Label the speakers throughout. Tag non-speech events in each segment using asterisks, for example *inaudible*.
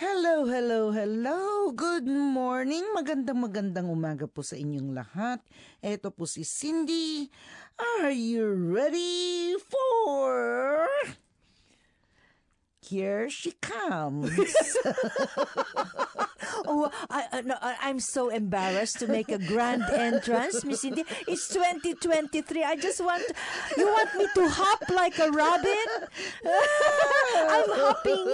Speaker 1: Hello, hello, hello. Good morning. Magandang magandang umaga po sa inyong lahat. Ito po si Cindy. Are you ready for... Here she comes.
Speaker 2: Oh, I, I, no, I- I'm so embarrassed to make a grand entrance, Miss Cindy. It's 2023. I just want you want me to hop like a rabbit. *laughs* I'm hopping.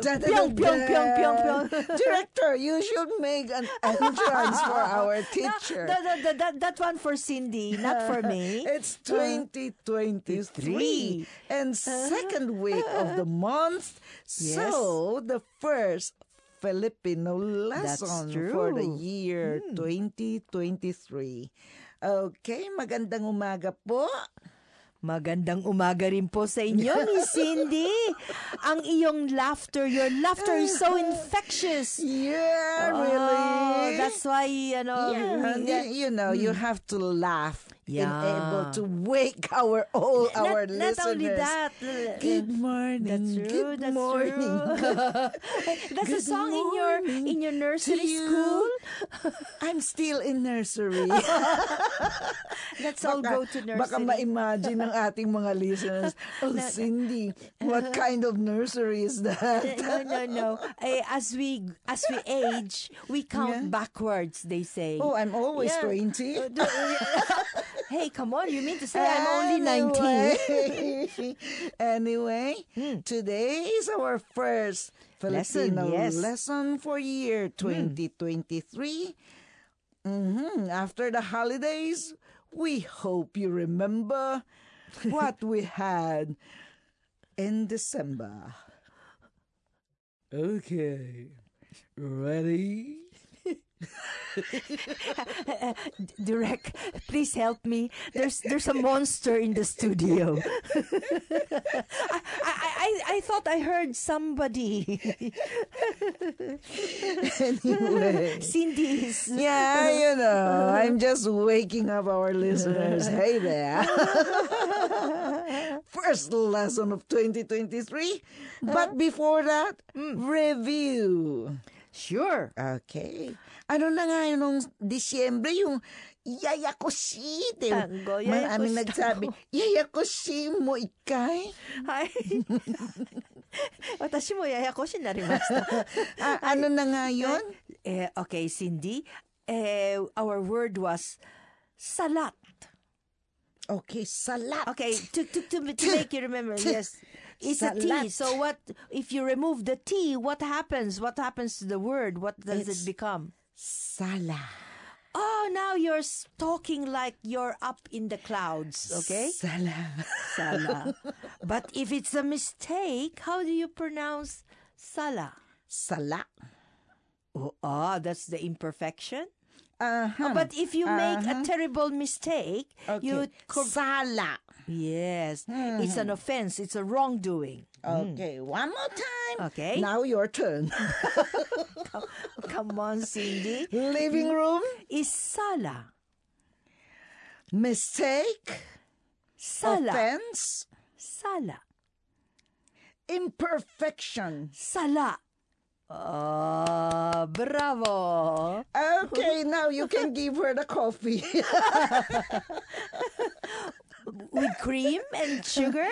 Speaker 2: *laughs* Pyong, pyong, pyong, pyong, pyong.
Speaker 1: Director, you should make an entrance for our teacher.
Speaker 2: No, no, no, that, that one for Cindy, not for me.
Speaker 1: It's 2023 and
Speaker 2: Uh-huh.
Speaker 1: second week of the month. So the first Filipino lesson for the
Speaker 2: true. Hmm.
Speaker 1: year 2023. Okay, magandang umaga po.
Speaker 2: Magandang umaga rin po sa inyo, Miss Cindy. Ang iyong laughter, your laughter is
Speaker 1: *laughs*
Speaker 2: so infectious.
Speaker 1: Yeah,
Speaker 2: Oh,
Speaker 1: really.
Speaker 2: that's why, ano, you know,
Speaker 1: yeah,
Speaker 2: we-
Speaker 1: y- you know, you have to laugh in
Speaker 2: Yeah.
Speaker 1: able to wake our all our listeners.
Speaker 2: not, Not only that. l-
Speaker 1: Good morning.
Speaker 2: That's true.
Speaker 1: Good
Speaker 2: that's
Speaker 1: morning.
Speaker 2: True. that's a
Speaker 1: Good
Speaker 2: song in your
Speaker 1: morning
Speaker 2: in your nursery
Speaker 1: you.
Speaker 2: school.
Speaker 1: *laughs* I'm still in
Speaker 2: *laughs*
Speaker 1: nursery.
Speaker 2: Let's all go to nursery.
Speaker 1: Baka ma-imagine ng ating mga
Speaker 2: *laughs*
Speaker 1: listeners, oh Cindy, what kind of nursery is that?
Speaker 2: *laughs* no, no, no.
Speaker 1: *laughs*
Speaker 2: Eh, as we as we age, we count backwards. They say.
Speaker 1: Oh, I'm always
Speaker 2: Yeah.
Speaker 1: 20.
Speaker 2: Uh, do- *laughs* yeah. hey, come on! You mean to say I'm only nineteen? *laughs*
Speaker 1: nineteen. *laughs* anyway, today is our first
Speaker 2: Lesson,
Speaker 1: Filipino lesson,
Speaker 2: yes.
Speaker 1: for year 2023. Mhm. After the holidays, we hope you remember what we had in December. Okay. Ready?
Speaker 2: Direct, please help me. There's there's a monster in the studio. *laughs* I, I, I, I thought I heard somebody.
Speaker 1: *laughs* Anyway.
Speaker 2: Cindy is
Speaker 1: Yeah,
Speaker 2: *laughs*
Speaker 1: you know, I'm just waking up our listeners.
Speaker 2: *laughs*
Speaker 1: Hey there. *laughs* First lesson of 2023. But
Speaker 2: Uh-huh.
Speaker 1: before that, review.
Speaker 2: Hmm. sure.
Speaker 1: Okay. Ano na nga yun nung Disyembre, yung yaya ko si, di ba?
Speaker 2: Tango, yaya
Speaker 1: Maraming
Speaker 2: ko si
Speaker 1: nagsabi, yaya ko si mo ikay.
Speaker 2: はい。 *laughs* 私もややこしになり
Speaker 1: *laughs*
Speaker 2: ました。
Speaker 1: Ah, ano na nga yun?
Speaker 2: えー okay, Cindy. えー our word was salat.
Speaker 1: Okay, salat.
Speaker 2: Okay, to, to, to, to make
Speaker 1: *laughs*
Speaker 2: you remember, yes. It's a T.
Speaker 1: Salat.
Speaker 2: So what, if you remove the T, what happens? What happens to the word? What does
Speaker 1: It's-
Speaker 2: it become?
Speaker 1: Sala.
Speaker 2: Oh, now you're s- talking like you're up in the clouds,
Speaker 1: *laughs*
Speaker 2: okay?
Speaker 1: Sala.
Speaker 2: Sala. But if it's a mistake, how do you pronounce sala?
Speaker 1: Sala.
Speaker 2: Oh, ah, that's the imperfection.
Speaker 1: Aha.
Speaker 2: But if you make
Speaker 1: Uh-huh.
Speaker 2: a terrible mistake, you
Speaker 1: Sala.
Speaker 2: yes,
Speaker 1: Hmm.
Speaker 2: it's an offense. It's a wrongdoing.
Speaker 1: Okay, one more time.
Speaker 2: Mm. Okay.
Speaker 1: Now your
Speaker 2: *laughs*
Speaker 1: turn.
Speaker 2: Come on, Cindy.
Speaker 1: Living room.
Speaker 2: Is sala
Speaker 1: Mistake.
Speaker 2: sala
Speaker 1: Offense.
Speaker 2: sala
Speaker 1: Imperfection.
Speaker 2: sala? Ah, bravo! *laughs*
Speaker 1: Okay, now you can give her the coffee. *laughs*
Speaker 2: With cream
Speaker 1: *laughs*
Speaker 2: and sugar.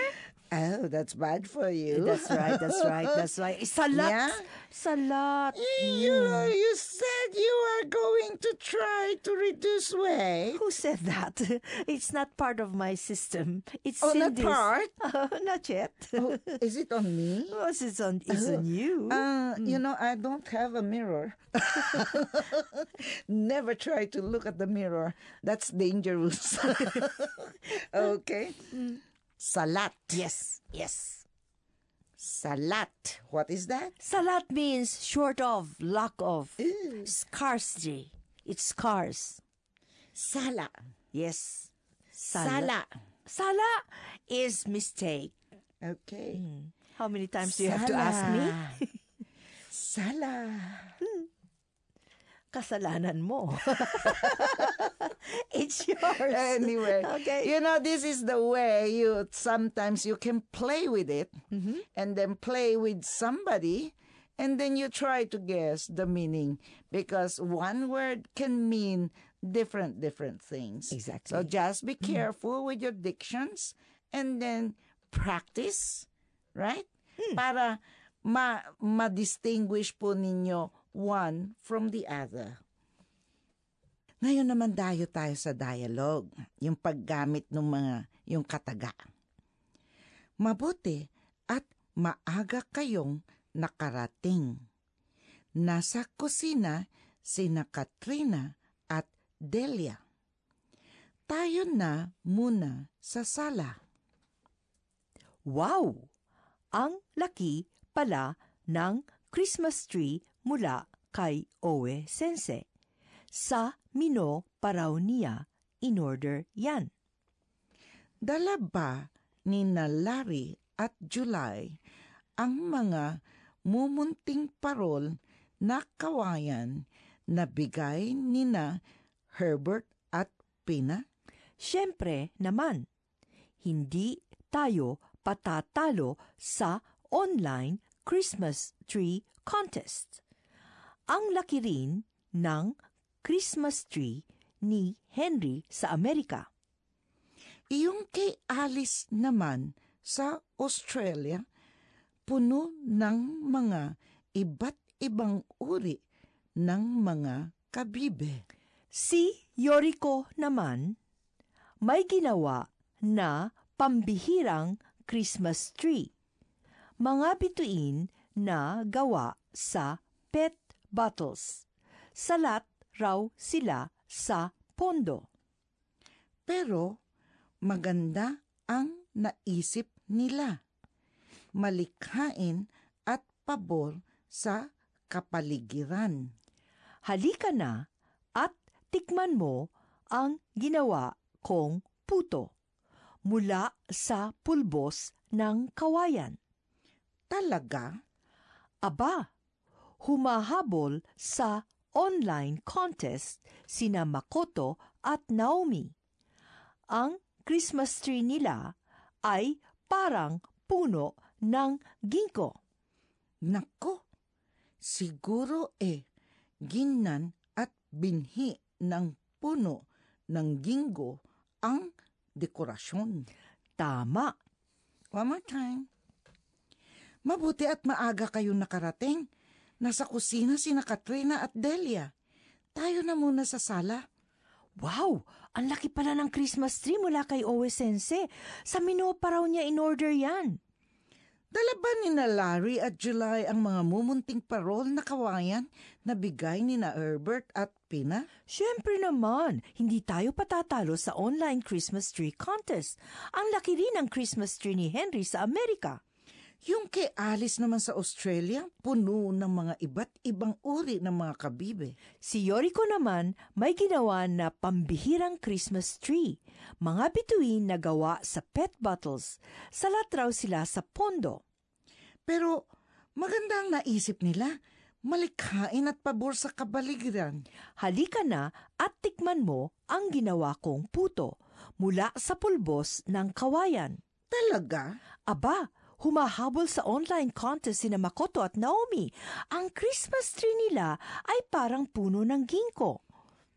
Speaker 1: oh, that's bad for you.
Speaker 2: That's right. That's right. That's right. Salat.
Speaker 1: Yeah.
Speaker 2: Salat.
Speaker 1: You
Speaker 2: Mm.
Speaker 1: know, you said you are going to try to reduce weight.
Speaker 2: Who said that? *laughs* It's not part of my system. It's
Speaker 1: Oh, not
Speaker 2: Cindy's.
Speaker 1: part?
Speaker 2: *laughs* not yet.
Speaker 1: Oh, is it on
Speaker 2: *laughs*
Speaker 1: me?
Speaker 2: Because it's on, it's on you.
Speaker 1: Uh, you
Speaker 2: Mm.
Speaker 1: know, I don't have a mirror. *laughs* Never try to look at the mirror. That's dangerous. *laughs* okay.
Speaker 2: Mm.
Speaker 1: Salat.
Speaker 2: yes, yes.
Speaker 1: Salat. What is that?
Speaker 2: Salat means short of, lack of, scarcity. It's scarce.
Speaker 1: Sala.
Speaker 2: Yes. Salat.
Speaker 1: Sala.
Speaker 2: Sala is mistake.
Speaker 1: Okay.
Speaker 2: How many times do Mm. you have to ask me? *laughs*
Speaker 1: me? *laughs* Sala.
Speaker 2: Kasalanan mo. *laughs* it's yours.
Speaker 1: Anyway,
Speaker 2: Okay.
Speaker 1: you know this is the way
Speaker 2: Mm-hmm.
Speaker 1: you sometimes you can play with it, and then play with somebody, and then you try to guess the meaning because one word can mean different different things.
Speaker 2: Exactly. Mm-hmm.
Speaker 1: So just be careful with your dictions and then practice, right?
Speaker 2: Hmm.
Speaker 1: Para ma ma-distinguish po ninyo one from the other. Ngayon naman dayo tayo sa dialogue, yung paggamit ng mga yung kataga. Mabuti at maaga kayong nakarating. Nasa kusina sina Katrina at Delia. Tayo na muna sa sala.
Speaker 2: Wow! Ang laki pala ng Christmas tree mula kay Owe Sense. Sa Mino paraw niya in-order yan.
Speaker 1: Dala ba ni Larry at July ang mga mumunting parol na kawayan na bigay nina Herbert at Pina?
Speaker 2: Siyempre naman, hindi tayo patatalo sa online Christmas tree contest. Ang laki rin ng Christmas tree ni Henry sa Amerika.
Speaker 1: Iyong kay Alice naman sa Australia, puno ng mga iba't ibang uri ng mga kabibe.
Speaker 2: Si Yoriko naman may ginawa na pambihirang Christmas tree. Mga bituin na gawa sa pet bottles. Salat raw sila sa pondo.
Speaker 1: Pero maganda ang naisip nila. Malikhain at pabor sa kapaligiran.
Speaker 2: Halika na at tikman mo ang ginawa kong puto mula sa pulbos ng kawayan.
Speaker 1: Talaga,
Speaker 2: Aba, humahabol sa online contest sina Makoto at Naomi. Ang Christmas tree nila ay parang puno ng ginkgo.
Speaker 1: nako, siguro eh, ginnan at binhi ng puno ng ginggo ang dekorasyon.
Speaker 2: Tama,
Speaker 1: One more time. Mabuti at maaga kayo nakarating. Nasa kusina sina Katrina at Delia. Tayo na muna sa sala.
Speaker 2: Wow! Ang laki pala ng Christmas tree mula kay Owe Sensei. Sa Minoo pa raw niya in-order yan.
Speaker 1: Dala ba ni na Larry at July ang mga mumunting parol na kawayan na bigay ni na Herbert at Pina?
Speaker 2: Siyempre naman, hindi tayo patatalo sa online Christmas tree contest. Ang laki rin ng Christmas tree ni Henry sa Amerika.
Speaker 1: Yung kay Alice naman sa Australia, puno ng mga iba't ibang uri ng mga kabibe.
Speaker 2: Si Yoriko naman may ginawa na pambihirang Christmas tree. Mga bituin na gawa sa pet bottles. Salat raw sila sa pondo.
Speaker 1: Pero maganda ang naisip nila, malikhain at pabor sa kabaligiran.
Speaker 2: Halika na at tikman mo ang ginawa kong puto mula sa pulbos ng kawayan.
Speaker 1: Talaga?
Speaker 2: Aba, humahabol sa online contest sina Makoto at Naomi. Ang Christmas tree nila ay parang puno ng ginkgo.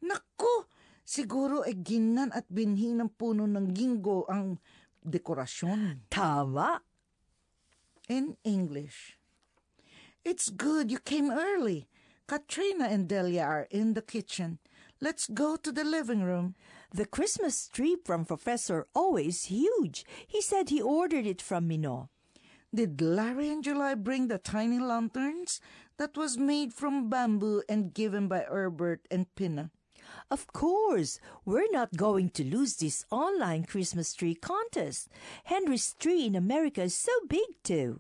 Speaker 1: Naku! Siguro ay ginan at binhi ng puno ng ginggo ang dekorasyon.
Speaker 2: Tama!
Speaker 1: In English. It's good you came early. Katrina and Delia are in the kitchen. Let's go to the living room.
Speaker 2: The Christmas tree from Professor O is huge. He said he ordered it from Mino.
Speaker 1: Did Larry and July bring the tiny lanterns that was made from bamboo and given by Herbert and Pina?
Speaker 2: Of course, we're not going to lose this online Christmas tree contest. Henry's tree in America is so big too.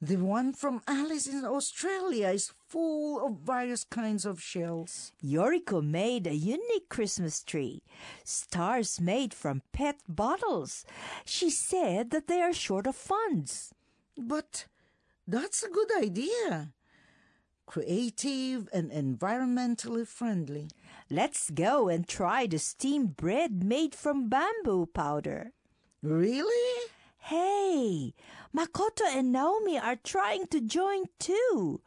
Speaker 1: The one from Alice in Australia is full of various kinds of shells.
Speaker 2: Yoriko made a unique Christmas tree. Stars made from pet bottles. She said that they are short of funds.
Speaker 1: But that's a good idea. Creative and environmentally friendly.
Speaker 2: Let's go and try the steamed bread made from bamboo powder.
Speaker 1: Really?
Speaker 2: Hey, Makoto and Naomi are trying to join too.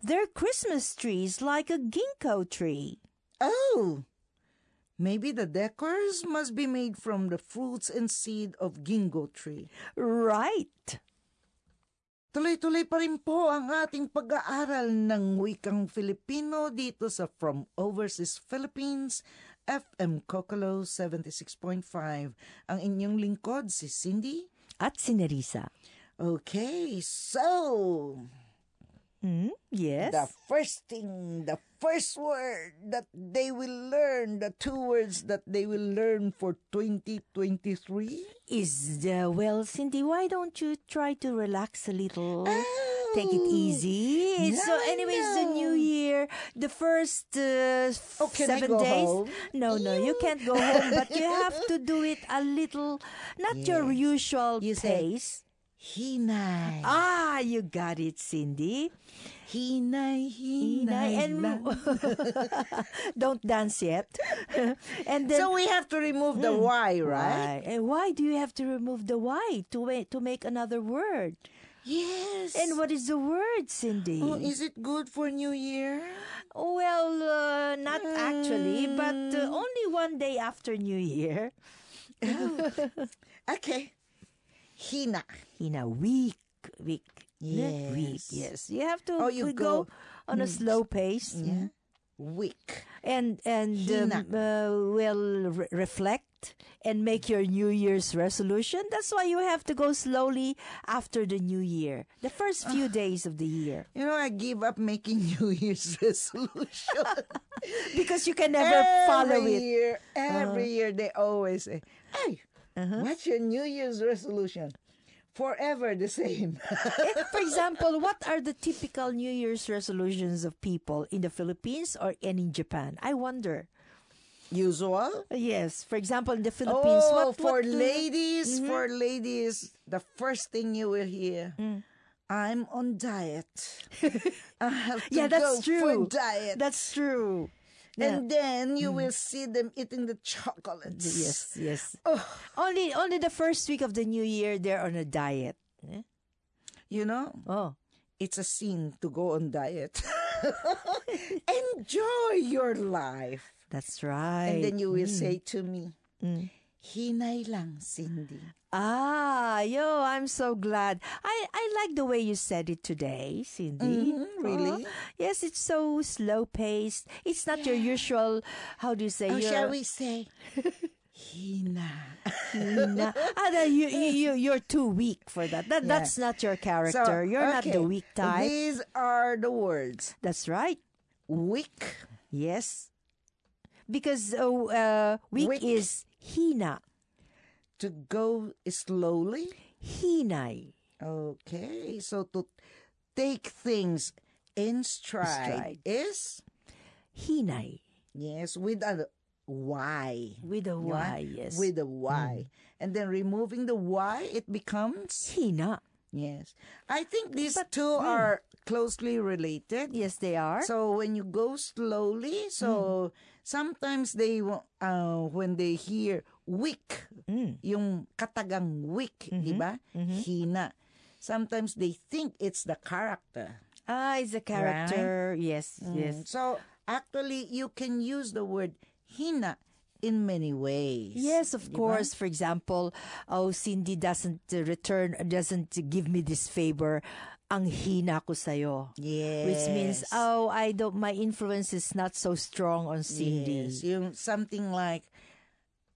Speaker 2: Their Christmas tree is like a ginkgo tree.
Speaker 1: Oh, maybe the decors must be made from the fruits and seed of ginkgo tree.
Speaker 2: Right.
Speaker 1: Tuloy-tuloy pa rin po ang ating pag-aaral ng wikang Filipino dito sa From Overseas Philippines, FM Kokolo 76.5. Ang inyong lingkod, si Cindy.
Speaker 2: At si Nerissa.
Speaker 1: Okay, so,
Speaker 2: Hmm? Yes.
Speaker 1: the first thing, the first word that they will learn, the two words that they will learn for 2023?
Speaker 2: is the well, Cindy. Why don't you try to relax a little? Take it
Speaker 1: Oh.
Speaker 2: easy. It's- so,
Speaker 1: No,
Speaker 2: anyways, the
Speaker 1: no.
Speaker 2: new year, the first uh, f-
Speaker 1: Oh, can I
Speaker 2: seven
Speaker 1: go
Speaker 2: days.
Speaker 1: home?
Speaker 2: No, no, you can't go home, but you have
Speaker 1: *laughs*
Speaker 2: to do it a little, not your usual
Speaker 1: You say-
Speaker 2: pace.
Speaker 1: Hinay.
Speaker 2: Ah, you got it, Cindy.
Speaker 1: Hinay, hinay.
Speaker 2: Inay and
Speaker 1: lang.
Speaker 2: *laughs* don't dance yet. *laughs* and then
Speaker 1: so we have to remove
Speaker 2: Hmm.
Speaker 1: the Y, right?
Speaker 2: why? And why do you have to remove the Y to wa- to make another word?
Speaker 1: Yes.
Speaker 2: And hmm. what is the word, Cindy?
Speaker 1: Oh, is it good for New Year?
Speaker 2: well, uh, not actually, but uh, only one day after New Year.
Speaker 1: Okay. Hina.
Speaker 2: In a week, week, not week.
Speaker 1: Yes.
Speaker 2: Yes, you Mm. have to.
Speaker 1: Oh, you
Speaker 2: we
Speaker 1: go-
Speaker 2: on a slow pace.
Speaker 1: Yeah. Week.
Speaker 2: and and um, uh, will re- reflect and make your new year's resolution that's why you have to go slowly after the new year the first
Speaker 1: Ah.
Speaker 2: few days of the year
Speaker 1: You know, I give up making *laughs* New Year's resolution.
Speaker 2: because you can never follow
Speaker 1: every
Speaker 2: it Uh-huh.
Speaker 1: year, every year they always say, "Hey, what's your New Year's resolution?" Forever the same. *laughs*
Speaker 2: Eh, for example what are the typical new year's resolutions of people in the philippines or and in japan i wonder
Speaker 1: Usual.
Speaker 2: yes for example in the philippines
Speaker 1: Oh,
Speaker 2: what,
Speaker 1: for
Speaker 2: what uh, mm-hmm. do-
Speaker 1: ladies, for ladies, the first thing you will hear,
Speaker 2: Mm.
Speaker 1: I'm on
Speaker 2: *laughs*
Speaker 1: diet. I have to
Speaker 2: yeah
Speaker 1: go for
Speaker 2: that's true
Speaker 1: diet.
Speaker 2: that's true
Speaker 1: And then you will see them eating the chocolates.
Speaker 2: Yes, yes.
Speaker 1: Oh.
Speaker 2: Only only the first week of the new year they're on a diet. Eh?
Speaker 1: You know,
Speaker 2: Oh.
Speaker 1: it's a sin to go on
Speaker 2: *laughs*
Speaker 1: diet. *laughs* Enjoy your life.
Speaker 2: That's right.
Speaker 1: And then you will say to me,
Speaker 2: Mm.
Speaker 1: Hinay lang, Cindy.
Speaker 2: ah, yo, I'm so glad. I, I like the way you said it today, Cindy.
Speaker 1: Mhm, really?
Speaker 2: Oh, yes, it's so slow paced. It's not your usual, how do you say?
Speaker 1: Or
Speaker 2: your,
Speaker 1: Oh, shall we say, Hina.
Speaker 2: *laughs* Na, ah, no, you, you, you, you're too weak for that. that That's not your character. you're not the
Speaker 1: okay,
Speaker 2: weak type.
Speaker 1: These are the words.
Speaker 2: that's right.
Speaker 1: Weak.
Speaker 2: Yes. Because uh, uh, weak,
Speaker 1: Weak.
Speaker 2: is hina.
Speaker 1: To go slowly.
Speaker 2: Hinay.
Speaker 1: Okay. So to take things in stride,
Speaker 2: Stride.
Speaker 1: is
Speaker 2: Hinay.
Speaker 1: yes with a Y.
Speaker 2: With a
Speaker 1: You know,
Speaker 2: Y, yes. Mm.
Speaker 1: With a Y. And then removing the Y, it becomes
Speaker 2: Hina.
Speaker 1: yes. I think these two are closely related.
Speaker 2: Yes, they hmm. are. Hmm.
Speaker 1: So when you go slowly, so sometimes they wa- uh, when they hear weak,
Speaker 2: Hmm.
Speaker 1: yung katagang weak, di
Speaker 2: Mm-hmm.
Speaker 1: ba? Hina. Sometimes they think it's the character. Mm.
Speaker 2: ah, it's a character. Yes, yes.
Speaker 1: So actually, you can use the word hina in many ways.
Speaker 2: Yes, of course. For example, oh, Cindy doesn't uh, return, doesn't give me this favor. Ang hina ko sa'yo.
Speaker 1: Yes.
Speaker 2: Which means, oh, I don't, my influence is not so strong on Cindy.
Speaker 1: Yes. Yung something like,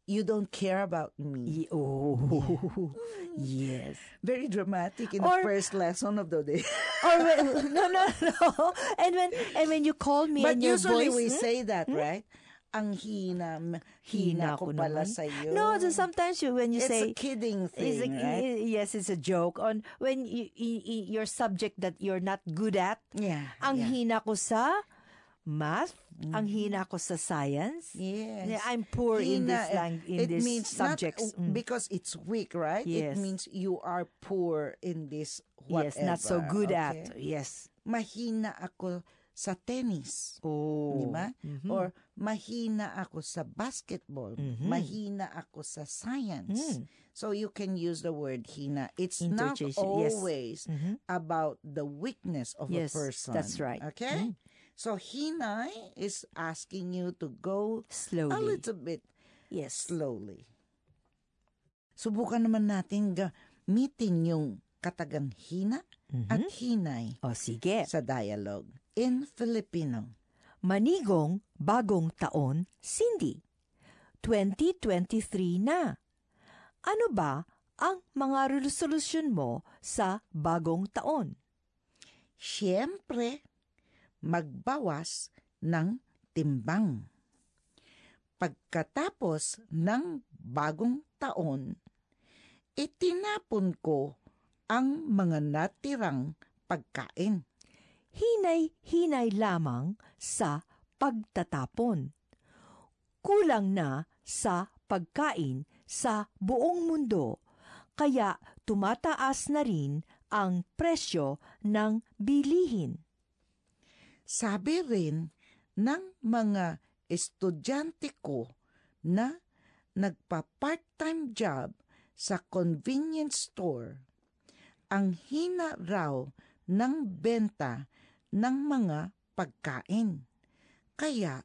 Speaker 1: you don't care about me.
Speaker 2: Ye- Oh, yes.
Speaker 1: Very dramatic in the
Speaker 2: Or-
Speaker 1: first lesson of the day.
Speaker 2: Or when, no,
Speaker 1: *laughs*
Speaker 2: *laughs* no, no. And when and when you call me
Speaker 1: But
Speaker 2: and your hmm?
Speaker 1: usually
Speaker 2: voice,
Speaker 1: we say that, right? Ang hina, m- hina ko pala
Speaker 2: naman.
Speaker 1: sa'yo.
Speaker 2: No, so sometimes you when you
Speaker 1: it's a
Speaker 2: say
Speaker 1: kidding
Speaker 2: It's
Speaker 1: thing,
Speaker 2: a-
Speaker 1: right?
Speaker 2: i- yes, it's a joke on when you, y- y- your subject that you're not good at.
Speaker 1: Yeah,
Speaker 2: Ang
Speaker 1: yeah. Mm-hmm.
Speaker 2: hina ko sa math, ang hina ko sa science.
Speaker 1: Yes.
Speaker 2: I'm poor in
Speaker 1: Hina,
Speaker 2: this lang in
Speaker 1: it
Speaker 2: this
Speaker 1: means not-
Speaker 2: subjects. Mm.
Speaker 1: because it's weak, right? It
Speaker 2: Yes.
Speaker 1: means you are poor in this whatever.
Speaker 2: yes, not so good
Speaker 1: okay?
Speaker 2: at. Yes.
Speaker 1: Mahina ako sa tennis.
Speaker 2: Oh.
Speaker 1: Di ba?
Speaker 2: Mhm.
Speaker 1: Or mahina ako sa basketball,
Speaker 2: Mhm.
Speaker 1: mahina ako sa science.
Speaker 2: Mm.
Speaker 1: So you can use the word hina. It's not
Speaker 2: Interchange- yes.
Speaker 1: always
Speaker 2: Mhm.
Speaker 1: about the weakness of
Speaker 2: Yes,
Speaker 1: a person.
Speaker 2: that's right. Mm-hmm.
Speaker 1: Okay? So hina is asking you to go
Speaker 2: Slowly.
Speaker 1: a little bit
Speaker 2: yes.
Speaker 1: slowly. Subukan naman natin gamitin yung katagang hina at
Speaker 2: Mm-hmm.
Speaker 1: hinay
Speaker 2: O Oh, sige.
Speaker 1: sa dialogue in Filipino.
Speaker 2: Manigong bagong taon, Cindy. 2023 na. Ano ba ang mga resolusyon mo sa bagong taon?
Speaker 1: Siyempre, magbawas ng timbang. Pagkatapos ng bagong taon, itinapon ko ang mga natirang pagkain.
Speaker 2: Hinay-hinay lamang sa pagtatapon. Kulang na sa pagkain sa buong mundo, kaya tumataas na rin ang presyo ng bilihin.
Speaker 1: Sabi rin ng mga estudyante ko na nagpa-part-time job sa convenience store, ang hina raw ng benta ng mga pagkain. Kaya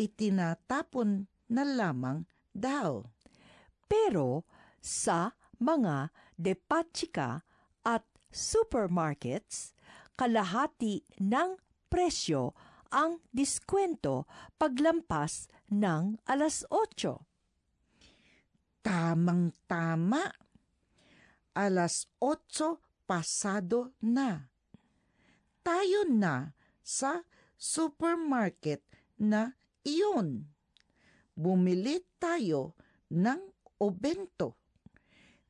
Speaker 1: itinatapon na lamang daw.
Speaker 2: Pero sa mga depatchika at supermarkets, kalahati ng presyo ang diskwento paglampas ng alas 8.
Speaker 1: Tamang-tama. Alas 8 pasado na. Tayo na sa supermarket na iyon. Bumili tayo ng obento.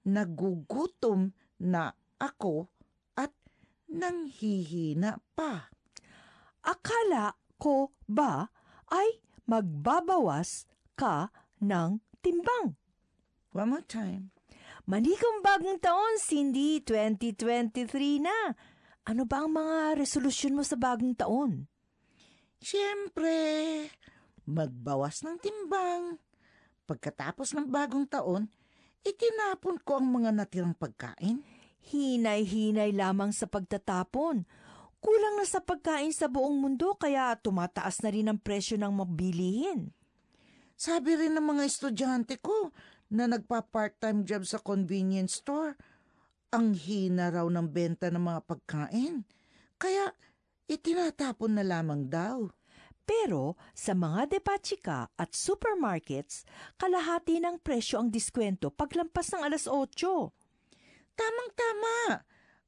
Speaker 1: Nagugutom na ako at nanghihina pa.
Speaker 2: Akala ko ba ay magbabawas ka ng timbang?
Speaker 1: One more time.
Speaker 2: Manikong bagong taon, Cindy, 2023 na. Ano ba ang mga resolusyon mo sa bagong taon?
Speaker 1: Siyempre, magbawas ng timbang. Pagkatapos ng bagong taon, itinapon ko ang mga natirang pagkain.
Speaker 2: Hinay-hinay lamang sa pagtatapon. Kulang na sa pagkain sa buong mundo kaya tumataas na rin ang presyo ng mabilihin.
Speaker 1: Sabi rin ng mga estudyante ko na nagpa-part-time job sa convenience store, ang hina raw ng benta ng mga pagkain. Kaya itinatapon na lamang daw.
Speaker 2: Pero sa mga depachika at supermarkets, kalahati ng presyo ang diskwento paglampas ng alas 8.
Speaker 1: Tamang-tama.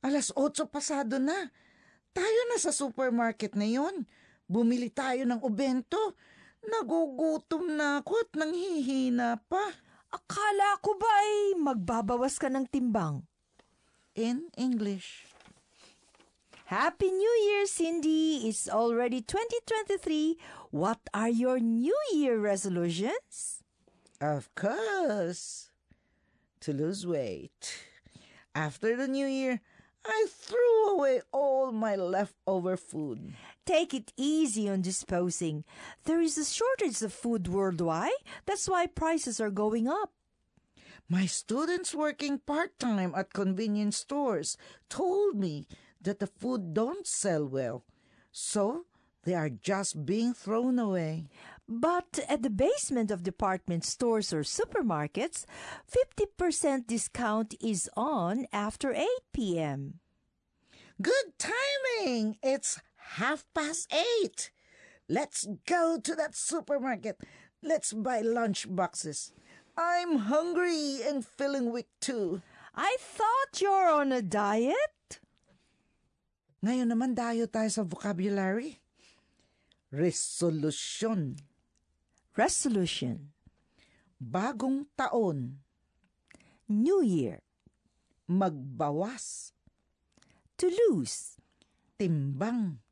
Speaker 1: Alas 8 pasado na. Tayo na sa supermarket na yon. Bumili tayo ng obento. Nagugutom na ako at nanghihina pa.
Speaker 2: Akala ko ba ay magbabawas ka ng timbang?
Speaker 1: In English.
Speaker 2: Happy New Year, Cindy! It's already 2023. What are your New Year resolutions?
Speaker 1: Of course. To lose weight. After the new year, I threw away all my leftover food.
Speaker 2: Take it easy on disposing. There is a shortage of food worldwide. That's why prices are going up.
Speaker 1: My students working part time at convenience stores told me that the food don't sell well, so they are just being thrown away.
Speaker 2: But at the basement of department stores or supermarkets, 50% discount is on after 8 p.m.
Speaker 1: Good timing! It's half past eight. Let's go to that supermarket. Let's buy lunch boxes. I'm hungry and feeling weak too.
Speaker 2: I thought you're on a diet.
Speaker 1: Ngayon naman dayo tayo sa vocabulary. Resolution.
Speaker 2: Resolution.
Speaker 1: Bagong taon.
Speaker 2: New Year.
Speaker 1: Magbawas.
Speaker 2: To lose.
Speaker 1: timbang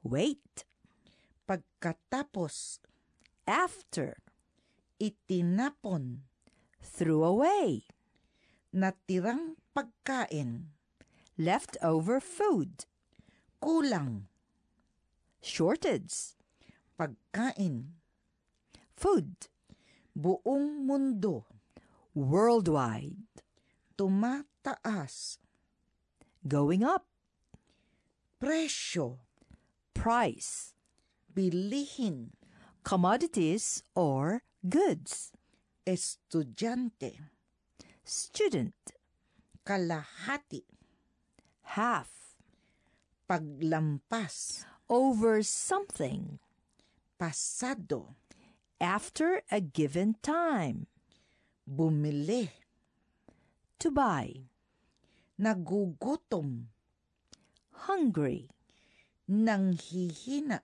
Speaker 2: Wait.
Speaker 1: pagkatapos
Speaker 2: After.
Speaker 1: itinapon
Speaker 2: Threw away.
Speaker 1: natirang pagkain
Speaker 2: Leftover food.
Speaker 1: kulang
Speaker 2: shortage.
Speaker 1: Pagkain.
Speaker 2: Food
Speaker 1: Buong mundo.
Speaker 2: worldwide
Speaker 1: Tumataas.
Speaker 2: going up.
Speaker 1: Presyo.
Speaker 2: Price,
Speaker 1: Bilihin.
Speaker 2: commodities or goods.
Speaker 1: Estudyante.
Speaker 2: Student,
Speaker 1: Kalahati.
Speaker 2: half
Speaker 1: Paglampas.
Speaker 2: over something
Speaker 1: Pasado.
Speaker 2: after a given time.
Speaker 1: Bumili.
Speaker 2: To buy,
Speaker 1: Nagugutom.
Speaker 2: hungry,
Speaker 1: Nanghihina.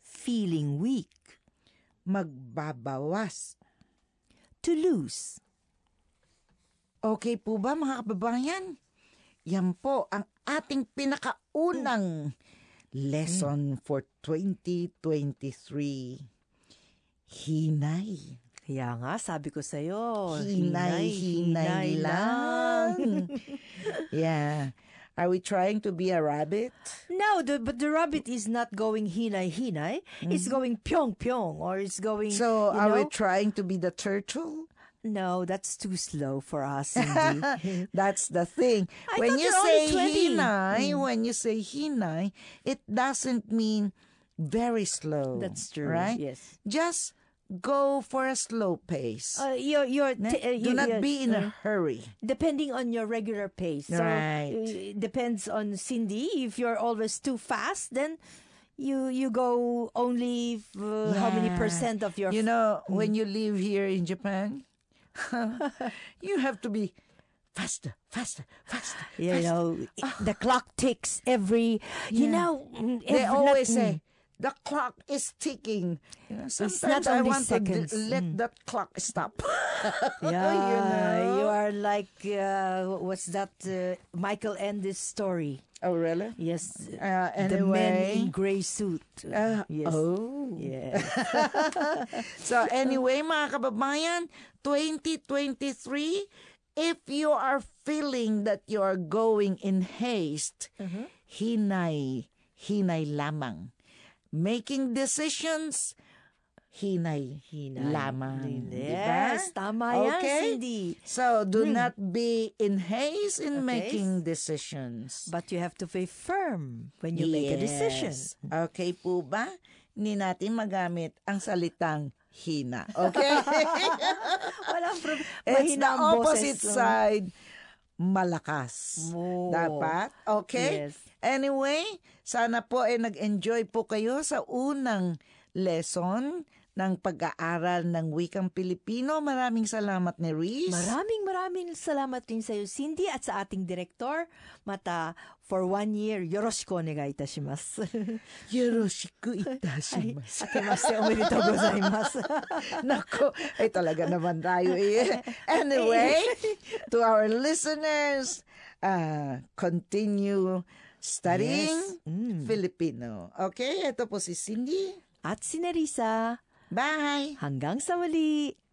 Speaker 2: feeling weak.
Speaker 1: Magbabawas.
Speaker 2: To lose,
Speaker 1: Okay po ba mga kababayan? Yan po ang ating pinakaunang lesson for 2023. Hinay.
Speaker 2: Kaya nga, sabi ko
Speaker 1: Oh,
Speaker 2: sa'yo,
Speaker 1: Hinay, hinay lang. *laughs* yeah. Are we trying to be a rabbit?
Speaker 2: No, the, but the rabbit is not going hinay, hinay. It's going pyong, pyong, or it's going,
Speaker 1: Mm. So,
Speaker 2: you
Speaker 1: are we
Speaker 2: know?
Speaker 1: trying to be the turtle?
Speaker 2: no, that's too slow for *laughs* us, Cindy.
Speaker 1: Mm-hmm. That's the thing.
Speaker 2: *laughs* I
Speaker 1: when
Speaker 2: thought
Speaker 1: you
Speaker 2: you're
Speaker 1: say
Speaker 2: only 20.
Speaker 1: hinay, when you say hinay, it doesn't mean very slow.
Speaker 2: that's true,
Speaker 1: Right?
Speaker 2: yes.
Speaker 1: Just go for a slow pace.
Speaker 2: Uh, you're, you're,
Speaker 1: Ne?
Speaker 2: t- uh,
Speaker 1: Do
Speaker 2: you-
Speaker 1: not
Speaker 2: you're-
Speaker 1: be in a hurry.
Speaker 2: depending on your regular pace. So,
Speaker 1: Right.
Speaker 2: uh, depends on Cindy. If you're always too fast, then you you go only uh, how many
Speaker 1: Yeah.
Speaker 2: percent of your
Speaker 1: You know, when you
Speaker 2: mm.
Speaker 1: live here in
Speaker 2: *laughs*
Speaker 1: Japan, *laughs* you have to be faster, faster, faster.
Speaker 2: you
Speaker 1: faster.
Speaker 2: *sighs* know the clock ticks every you know mm,
Speaker 1: they
Speaker 2: every- not-
Speaker 1: always
Speaker 2: mm.
Speaker 1: say the clock is ticking. You know, sometimes I
Speaker 2: only
Speaker 1: want
Speaker 2: seconds. mm.
Speaker 1: to d- let that clock stop. *laughs*
Speaker 2: yeah, *laughs* you,
Speaker 1: know.
Speaker 2: are like uh, what's that uh, Michael Endis story
Speaker 1: oh, really?
Speaker 2: yes
Speaker 1: Uh,
Speaker 2: the man
Speaker 1: anyway.
Speaker 2: in gray suit
Speaker 1: Uh,
Speaker 2: yes
Speaker 1: Oh.
Speaker 2: *laughs* yeah
Speaker 1: So anyway, mga kababayan, 2023, if you are feeling that you are going in haste,
Speaker 2: Mm-hmm.
Speaker 1: hinay, hinay lamang. Making decisions, hinay, lamang.
Speaker 2: yes
Speaker 1: Diba?
Speaker 2: tama yan
Speaker 1: Okay?
Speaker 2: Cindy Hmm.
Speaker 1: So do not be in haste in
Speaker 2: Okay.
Speaker 1: making decisions.
Speaker 2: But you have to be firm when you make a decision.
Speaker 1: Yes. *laughs* Okay po ba? Hindi natin magamit ang salitang hina. Okay?
Speaker 2: Walang problem.
Speaker 1: It's the
Speaker 2: Mahina ang boses
Speaker 1: opposite
Speaker 2: lang.
Speaker 1: side. Malakas.
Speaker 2: Oo.
Speaker 1: Dapat. Okay?
Speaker 2: Yes.
Speaker 1: Anyway, sana po ay nag-enjoy po kayo sa unang lesson ng pag-aaral ng wikang Pilipino. Maraming salamat ni Reese.
Speaker 2: Maraming maraming salamat rin sa iyo, Cindy, at sa ating direktor. Mata, for one year, yoroshiku
Speaker 1: *laughs*
Speaker 2: onegai itashimasu.
Speaker 1: Yoroshiku
Speaker 2: Ay,
Speaker 1: itashimasu.
Speaker 2: akemashite omedetou
Speaker 1: *laughs*
Speaker 2: gozaimasu.
Speaker 1: Nako, ay talaga naman tayo
Speaker 2: *laughs*
Speaker 1: eh. Anyway, to our listeners, uh, continue studying
Speaker 2: Yes. Mm.
Speaker 1: Filipino. Okay, ito po si Cindy.
Speaker 2: At si Nerissa,
Speaker 1: Bye!
Speaker 2: hanggang sa muli.